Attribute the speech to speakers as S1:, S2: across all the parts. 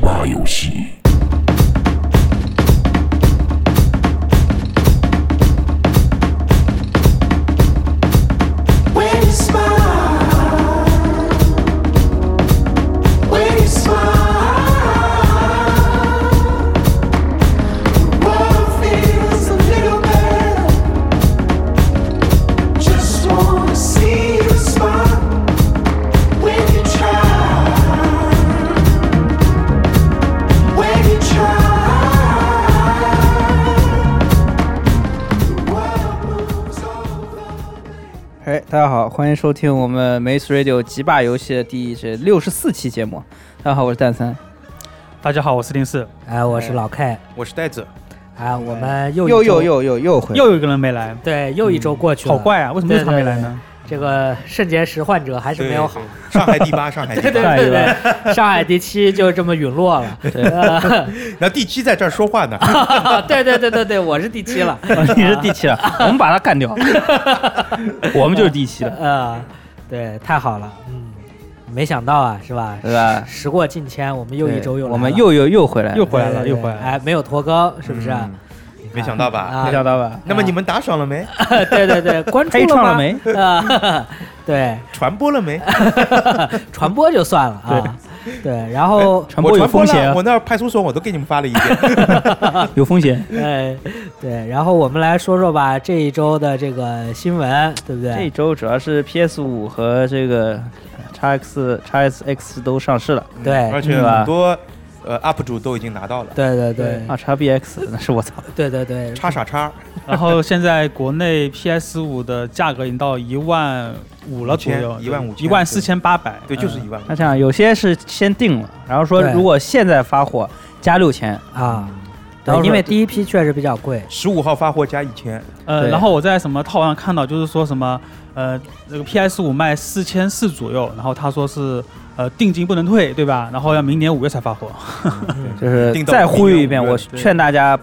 S1: 大游戏。
S2: When you smile, when you smile, world feels a little better. Just wanna see you smile when you try. When you try, the world moves over.
S3: 哎，大家好，欢迎收听我们 Mace Radio 极霸游戏的第这六十四期节目。大家好，我是蛋三，
S4: 大家好，我是零四，
S5: 哎，我是老 K，
S6: 我是袋子，
S5: 啊，我们又
S3: 又
S5: 一
S3: 又
S5: 周
S3: 又又又回来
S4: 又有一个人没来，
S5: 对又一周过去了，
S4: 好怪啊！为什么
S5: 对
S4: 又他没来呢？
S5: 这个肾结石患者还是没有好，
S6: 对。上海第八，上海第
S5: 对对
S6: 八。
S5: 对对，上海第七就这么陨落了，
S6: 然后第七在这儿说话呢，
S5: 呃 对对对对对，我是第七了，
S3: 你是第七了，我们把他干 掉，我们就是第七的，
S5: 呃，对，太好了，嗯，没想到啊，是吧？
S3: 对吧？
S5: 时过境迁，我们又一周又来了
S3: 我们又又又回来了，
S4: 又回来
S5: 对
S4: 了，
S5: 对
S4: 又
S5: 对
S4: 回来了。
S5: 哎，没有脱钩，是不啊是？
S6: 嗯
S5: 你看
S6: 没想到吧？
S5: 啊
S3: 没想到 吧？
S6: 那么你们打赏了没？
S5: 对对对，关注
S3: 黑
S5: 了
S3: 创
S5: 吗
S3: 了？没？
S5: 啊，对，
S6: 传播了没？
S5: 传播就算了啊，对，然后
S3: 传播有
S6: 我传播
S3: 风险
S6: 了，
S3: 啊
S6: 我，那儿派出所我都给你们发了一遍。
S3: 有风险。
S5: 呃，对，然后我们来说说吧这一周的这个新闻，对不
S3: 这
S5: 对？
S3: 周主要是 PS 五和这个 x X、x X 都上市了
S5: 对
S6: 而且
S3: 是吧
S6: 很多呃 UP 主都已经拿到了。
S5: 对对对
S3: 啊，x BX 那是我操，
S5: 对对对，
S6: 叉叉叉
S4: 然后现在国内 PS 五的价格已经到一万五了左右，
S6: 一万五千
S4: 一万四千八百，
S6: 对，
S4: 嗯
S6: 就是一万五。
S3: 那这样有些是先定了，然后说
S5: 对
S3: 如果现在发货加六千，
S5: 啊，
S4: 嗯
S3: 然后
S5: 对，因为
S3: 说
S5: 第一批确实比较贵，
S6: 十五号发货加一千，
S4: 呃，
S3: 对
S4: 然后我在什么套上看到，就是说什么呃，这个 PS 五卖四千四左右，然后他说是呃定金不能退，对吧？然后要明年五月才发货，嗯
S3: 就是再呼吁一遍，我劝大家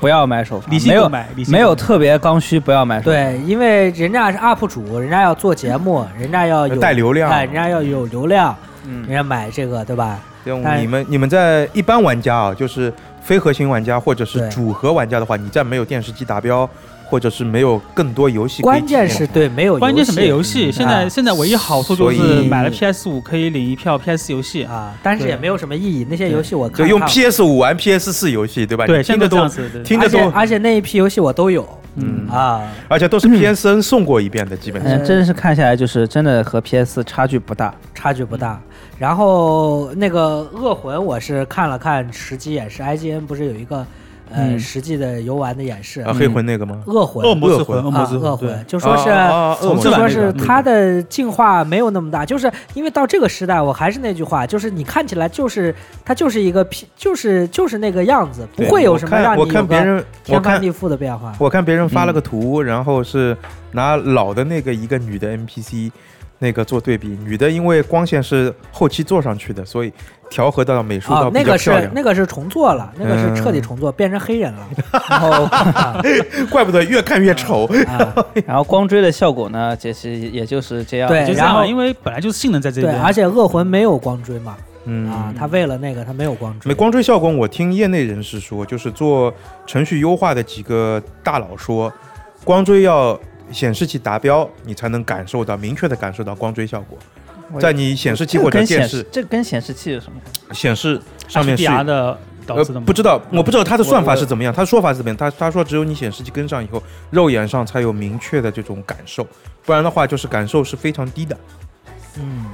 S3: 不要买首发
S4: 理，性
S3: 没
S4: 购
S3: 有
S4: 买，理性
S3: 没有
S4: 购买
S3: 特别刚需不要
S4: 嗯
S3: 买首发。
S5: 对，因为人家是 UP 主，人家要做节目，
S4: 嗯
S5: 人家要有
S6: 带流量
S5: 哎，人家要有流量，人
S3: 嗯，
S5: 家买这个对吧？
S6: 对
S5: 但
S6: 你们你们在一般玩家啊，就是非核心玩家或者是
S5: 对
S6: 主核玩家的话，你在没有电视机达标，或者是没有更多游戏可以
S5: 关键
S6: 体验
S5: 是对没有，
S4: 关键是没游戏，现在
S5: 啊
S4: 现在唯一好处就
S6: 所
S4: 是
S6: 以
S4: 买了 PS 五可以领一票 PS 游戏，
S5: 啊，但是也没有什么意义。那些游戏我
S6: 就
S5: 看
S6: 用
S5: 看
S6: PS 五玩 PS 四游戏，对吧？
S4: 对，
S6: 你
S4: 现
S6: 听
S4: 在
S6: 得
S4: 这样
S6: 多，
S4: 子，对
S6: 听
S5: 而
S6: 得
S5: 且
S6: 多，
S5: 而且那一批游戏我都有
S6: 嗯
S5: 啊，
S6: 而且都是 PSN 送过一遍的，基本上。
S3: 嗯，真是看下来就是真的和 PS 差距 不大。
S5: 差距不
S6: 嗯
S5: 大。然后那个《恶魂》，我是看了看实际演示，IGN 不是有一个呃、
S3: 嗯
S5: 实际的游玩的演示，
S6: 啊，黑魂那个吗？
S5: 恶魂》
S4: 恶魔之
S6: 恶魂
S4: 魂，恶
S5: 啊
S4: 魔之，
S5: 恶
S4: 魂，对
S5: 魂，就说是。
S6: 啊啊
S4: 从
S6: 恶魔
S4: 这
S5: 就
S4: 版
S5: 说
S4: 那个
S5: 是它的进化没有那么大，就是因为到这个时代，我还是那句话，就是你看起来就是它就是一个屁，就是就是那个样子，不
S6: 对
S5: 会有什么
S6: 我看
S5: 让你
S6: 我看
S5: 有
S6: 别
S5: 个
S6: 人，我
S5: 天翻
S6: 看
S5: 地覆的嗯变化。
S6: 我看别人发了个图，然后是拿老的那个一个女的 NPC 那个做对比，女的因为光线是后期做上去的，所以调和到美术
S5: 啊
S6: 到，比
S5: 那个
S6: 较漂
S5: 是
S6: 亮。
S5: 那个是重做了，那个是彻底
S6: 嗯
S5: 重做，变成黑人 了。然后啊
S6: 怪不得越看越丑。
S5: 啊
S3: 然后光追的效果呢，其实也就是这样。
S5: 对
S4: 就这
S5: 然
S4: 样
S5: 后
S4: 吧，因为本来就是性能在这
S5: 对，
S4: 边，
S5: 而且恶魂没有光追嘛，啊
S6: 嗯，，
S5: 他为了那个他没有光追，
S6: 没光追效果，我听业内人士说，就是做程序优化的几个大佬说，光追要显示器达标，你才能感受到明确的感受到光追效果。
S3: 我
S6: 在你显示器
S3: 这
S6: 或
S3: 个
S6: 者
S3: 跟
S6: 电
S3: 显
S6: 视
S3: 示这个跟显示器有什么关系？
S6: 显示上面是
S4: HDR 的导
S6: 呃
S4: 致的吗？
S6: 不知道，我不知道他的
S3: 我
S6: 算法
S3: 我
S6: 是怎么样，他的说法是怎么样，他他说只有你显示器跟上以后，肉眼上才有明确的这种感受，不然的话就是感受是非常低的。
S5: 嗯，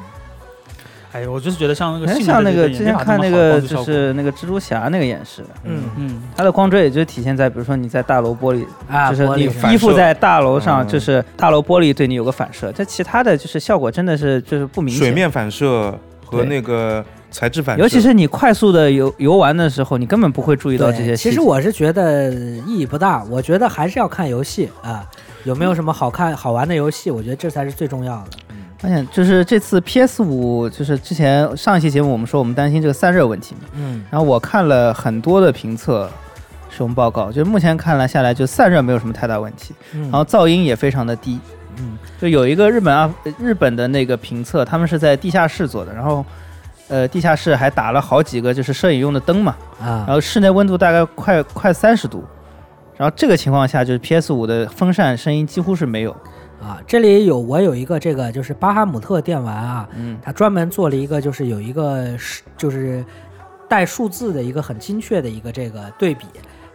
S4: 哎，我就是觉得像那个
S3: 哎
S4: 性
S3: 像
S4: 能
S3: 那个
S4: 在这边
S3: 之前
S4: 没法
S3: 看
S4: 这
S3: 那
S4: 么好
S3: 个
S4: 光追效
S3: 就
S4: 果
S3: 是那个蜘蛛侠那个演示，
S5: 嗯
S4: 嗯，
S3: 它的光追也就体现在比如说你在大楼玻璃
S5: 啊，
S3: 就是
S5: 玻
S3: 你
S5: 璃
S6: 反
S3: 依附
S6: 射
S3: 在大楼上，
S6: 嗯
S3: 就是大楼玻璃对你有个反射，这其他的就是效果真的是就是不明显。
S6: 水面反射和
S3: 对
S6: 那个材质反射，
S3: 尤其是你快速的游游玩的时候，你根本不会注意到这
S5: 对
S3: 些细节。
S5: 其实我是觉得意义不大，我觉得还是要看游戏啊，有
S3: 嗯
S5: 没有什么好看好玩的游戏，我觉得这才是最重要的。
S3: 发现，就是这次 PS 五，就是之前上一期节目我们说我们担心这个散热问题嘛，
S5: 嗯，
S3: 然后我看了很多的评测。使用报告，就目前看来下来，就散热没有什么太大问题，
S5: 然
S3: 然后噪音也非常的低，
S5: 嗯，
S3: 就有一个日本啊，呃日本的那个评测，他们是在地下室做的，然后呃地下室还打了好几个就是摄影用的灯嘛，然
S5: 啊，
S3: 后室内温度大概快快三十度，然后这个情况下就是 PS 五的风扇声音几乎是没有，
S5: 啊，这里有我有一个这个就是巴哈姆特电玩啊，
S3: 嗯，
S5: 它专门做了一个就是有一个是就是带数字的一个很精确的一个这个对比，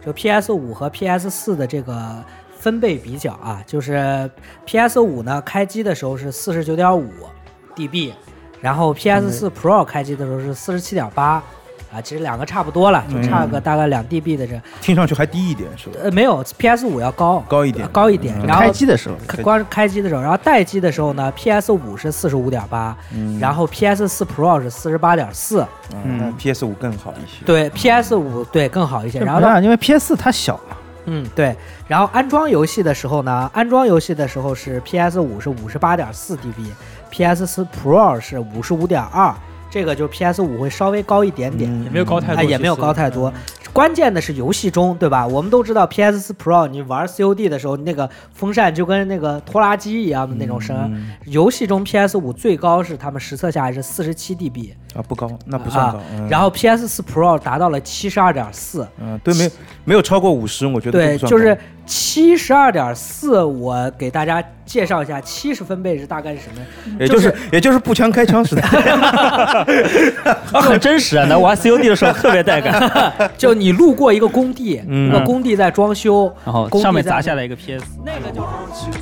S5: 就 PS 五和 PS 四的这个分贝比较啊，就是 PS 五呢开机的时候是四十九点五 dB，然后 PS
S6: 嗯
S5: 四 Pro 开机的时候是四十七点八。啊，其实两个差不多了，
S6: 嗯
S5: 就差个大概两 dB 的这，
S6: 听上去还低一点是吧？
S5: 呃，没有 PS 五要高
S6: 高一点，嗯
S5: 高一点，然后
S3: 开机的时候
S5: 开光是开机的时候，然后待机的时候呢，PS 五是四十五点八，然后 PS 四 Pro 是四十八点四，
S3: 嗯
S6: 嗯，PS 五更好一些。
S5: 对 PS 五对更好一些。
S3: 这
S5: 然
S3: 不
S5: 后
S3: 一
S5: 呢，
S3: 样因为 PS 四它小嘛，
S5: 嗯对，然后安装游戏的时候呢，安装游戏的时候是 PS 五是五十八点四 dB，PS 四 Pro 是五十五点二，这个就 PS 五会稍微高一点点。
S4: 嗯也没有高太多，
S5: 哎，也没有
S4: 其实嗯
S5: 高太多，关键的是游戏中，对吧？我们都知道 PS 四 Pro 你玩 COD 的时候，那个风扇就跟那个拖拉机一样的那种声。
S4: 嗯
S5: 游戏中 PS 五最高是他们实测下来是四十七 dB，
S6: 啊，不高，那不算
S5: 啊
S6: 高。嗯，
S5: 然后 PS 四 Pro 达到了七十二点四。
S6: 嗯，对，没有没有超过五十，我觉得都
S5: 对，
S6: 不算
S5: 就
S6: 高
S5: 是七十二点四，我给大家介绍一下，七十分贝是大概是什么？
S6: 也就是也就是步枪开枪时代。
S1: 啊，很真实啊！那 玩 COD 的时候特别带感，
S5: 就你路过一个工地，
S6: 嗯
S5: 那个工地在装修，
S1: 然后
S5: 工地
S1: 上面
S5: 在
S1: 砸下来一个 PS，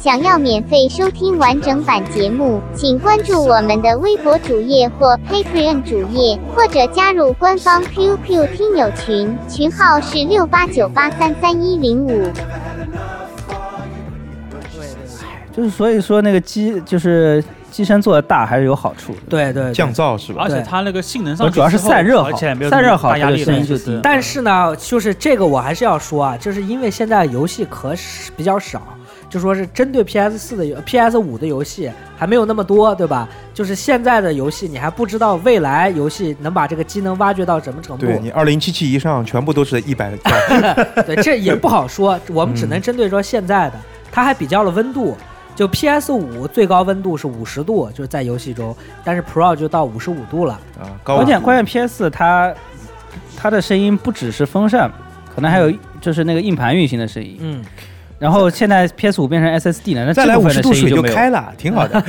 S7: 想要免费收听完整版节目，请关注我们的微博主页或 Patreon 主页，或者加入官方 QQ 听友群，群号是六八九八三三一零五。
S3: 就是所以说那个机就是机身做的大还是有好处的。
S5: 对对对
S6: 降噪是吧
S4: 而？且
S5: 对
S4: 它那个性能上
S3: 我
S4: 去
S3: 主要是
S4: 之后
S3: 散热好
S4: 而且没，有
S3: 散热好，
S4: 大压
S3: 这个
S4: 力
S3: 声音
S4: 其
S3: 就
S4: 实
S3: 低。
S5: 但是呢，就是这个我还是要说啊，就是因为现在游戏可是比较少，就说是针对 PS 四的游、PS 五的游戏还没有那么多，对吧？就是现在的游戏，你还不知道未来游戏能把这个机能挖掘到什么程度
S6: 对，你二零七七以上全部都是一百兆。
S5: 对，这也不好说，我们只
S3: 嗯
S5: 能针对说现在的，它还比较了温度。就 PS 五最高温度是五十度，就是在游戏中，但是 Pro 就到五十五度了。
S6: 啊，高
S3: 关键关键 PS 它它的声音不只是风扇，可能还有就是那个硬盘运行的声音。
S5: 嗯，
S3: 然后现在 PS 五变成 SSD 了，那
S6: 再来
S3: 这部
S6: 五
S3: 分
S6: 十
S3: 的
S6: 度
S3: 声
S6: 水
S3: 音
S6: 就
S3: 没有。
S6: 开了，挺好的。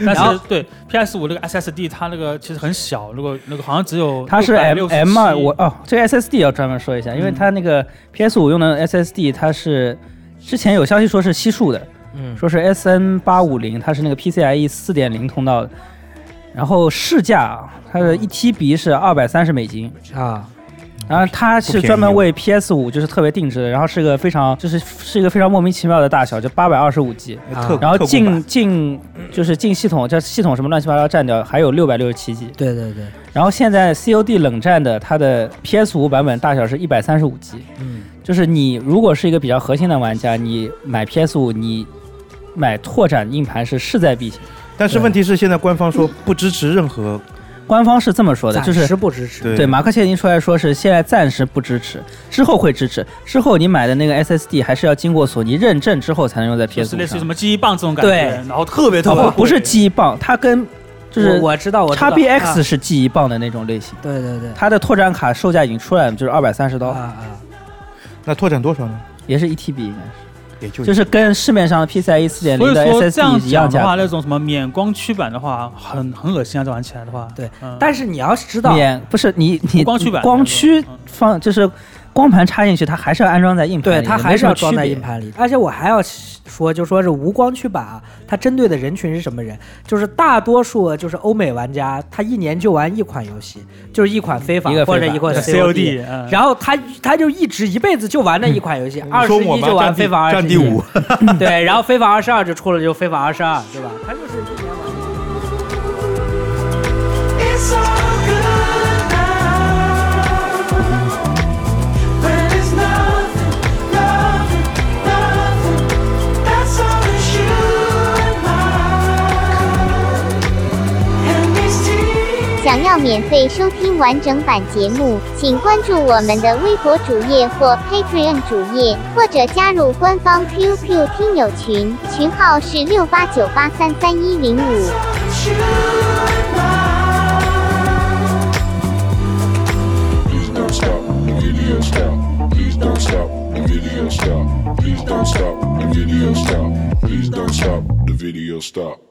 S4: 但
S5: 然后
S4: 是对 PS 五那个 SSD 它那个其实很小，如果那个好像只
S6: 哦
S4: 有
S3: 它是 M
S4: 667
S3: M 二，我哦，这个 SSD 要专门说一
S6: 嗯
S3: 下，因为它那个 PS 五用的 SSD 它是之前有消息说是西数的，
S5: 嗯
S3: 说是 SN 八五零，它是那个 PCIe E 四点零通道的，然后市价啊它的一 TB 是二百三十美金，
S5: 啊，
S3: 然后它
S6: 不
S3: 是
S6: 便宜
S3: 专门为 PS 五就是特别定制的，然后是个非常就是是一个非常莫名其妙的大小，就八百二十五 G，
S6: 特
S3: 然后
S6: 特供版
S3: 进进就是进系统，这系统什么乱七八糟占掉，还有六百六十七 G。
S5: 对对对，
S3: 然后现在 COD 冷战的它的 PS 五版本大小是一百三十五 G，
S5: 嗯，
S3: 就是你如果是一个比较核心的玩家，你买 PS 五，你买拓展硬盘是势在必行。
S6: 但是问题是现在官方说不支持任何
S3: 官方是这么说的，
S5: 暂
S3: 就是
S5: 时不支持。
S6: 对
S3: 对马克切尼出来说是现在暂时不支持，之后会支持。之后你买的那个 SSD 还是要经过索尼认证之后才能用在
S4: 就是
S3: PS
S4: 类
S3: 五
S4: 似于
S3: 上
S4: 什。么记忆棒这种感觉，
S5: 对
S4: 然后特别特
S3: 哦
S4: 别
S3: 不
S4: 贵，
S3: 不是记忆棒，它跟就是
S5: 我我知道我知道
S3: XBX
S5: 啊
S3: 是记忆棒的那种类型。
S5: 对对对，
S3: 它的拓展卡售价已经出来了，就是二百三十
S5: 啊
S3: 刀，
S5: 啊，
S6: 那拓展多少呢？
S3: 也是一 TB 应该是。
S6: 也就
S3: 就是跟市面上的 PCIe 四点
S4: 嗯所
S3: 零
S4: 以
S3: 的
S4: 说这
S3: SSD
S4: 样
S3: 一样
S4: 讲的话，
S3: 价格，
S4: 那种什么免光驱版的话，很很恶心啊！这玩意起来的话，
S5: 对
S4: 嗯，
S5: 但是你要是知道，
S3: 免不是你你
S4: 光驱版
S3: 光驱
S4: 嗯
S3: 放就是光盘插进去，它还是要安装在硬盘
S5: 对
S3: 里，
S5: 它
S3: 也
S5: 还
S3: 没
S5: 是
S3: 什么
S5: 要装在
S3: 区别
S5: 硬。盘里。而且我还要说，就说是无光驱版啊，它针对的人群是什么人？就是大多数就是欧美玩家，他一年就玩一款游戏，就是一款非法
S3: 一个非法
S5: 或者一款
S4: COD，嗯
S5: 然后他他就一直一辈子就玩那一款游戏，
S6: 你
S5: 二十
S6: 嗯说我
S5: 一
S6: 吧
S5: 就玩
S6: 战地
S5: 非法二
S6: 战
S5: 十
S6: 地五
S5: 一，， 对，然后非法二十二就出了，就非法二十二，对吧？他就是一年玩。
S2: It's all good now. When it's nothing, nothing, nothing. That's all that's you and I. And these tears.
S7: 想要免费收听完整版节目，请关注我们的微博主页或 Patreon 主页，或者加入官方 QQ 听友群，群号是六八九八三三一零五。
S2: It's all that's you and I.
S8: video stop. Please don't stop. The video stop. Please don't stop. The video stop.